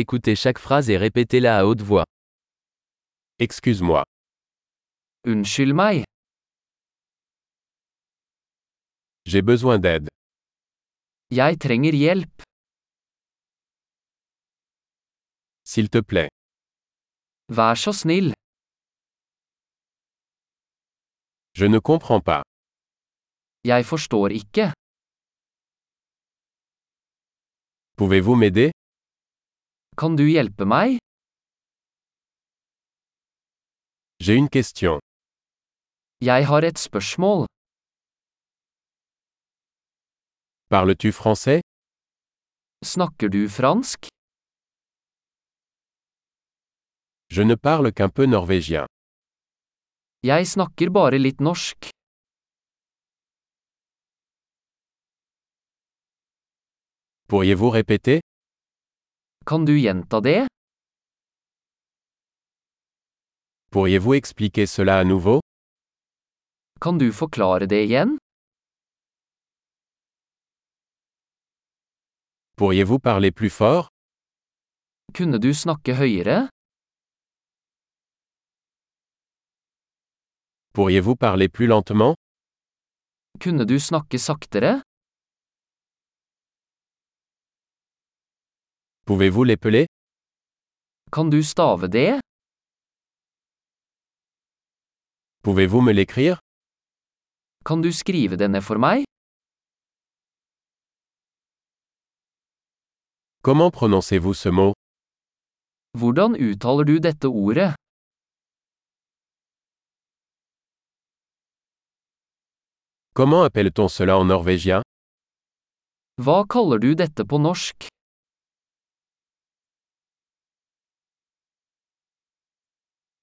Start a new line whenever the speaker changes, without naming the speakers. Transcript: Écoutez chaque phrase et répétez-la à haute voix.
Excuse-moi.
Unnskyld meg.
J'ai besoin d'aide.
Jeg trenger hjelp.
S'il te plaît.
Vær så snill.
Je ne comprends pas.
Jeg forstår ikke.
Pouvez-vous m'aider
Kan du hjelpe meg?
J'ai une question.
Jeg har et spørsmål.
Parles-tu français
Snakker du fransk?
Je ne parle qu'un peu norvégien.
Jeg snakker bare litt norsk.
Pourriez-vous répéter
Kan du gjenta det?
Pourriez-vous expliquer cela à nouveau
Kan du forklare det igjen?
Pourriez-vous parler plus fort
Kunne du snakke høyere?
Pourriez-vous parler plus lentement
Kunne du snakke saktere?
Pouvez-vous l'épeler
Kan du stave det?
Pouvez-vous me l'écrire
Kan du skrive det ned for meg?
Comment prononcez-vous ce mot
Hvordan uttaler du dette ordet?
Comment appelle-t-on cela en norvégien
Hva kaller du dette på norsk?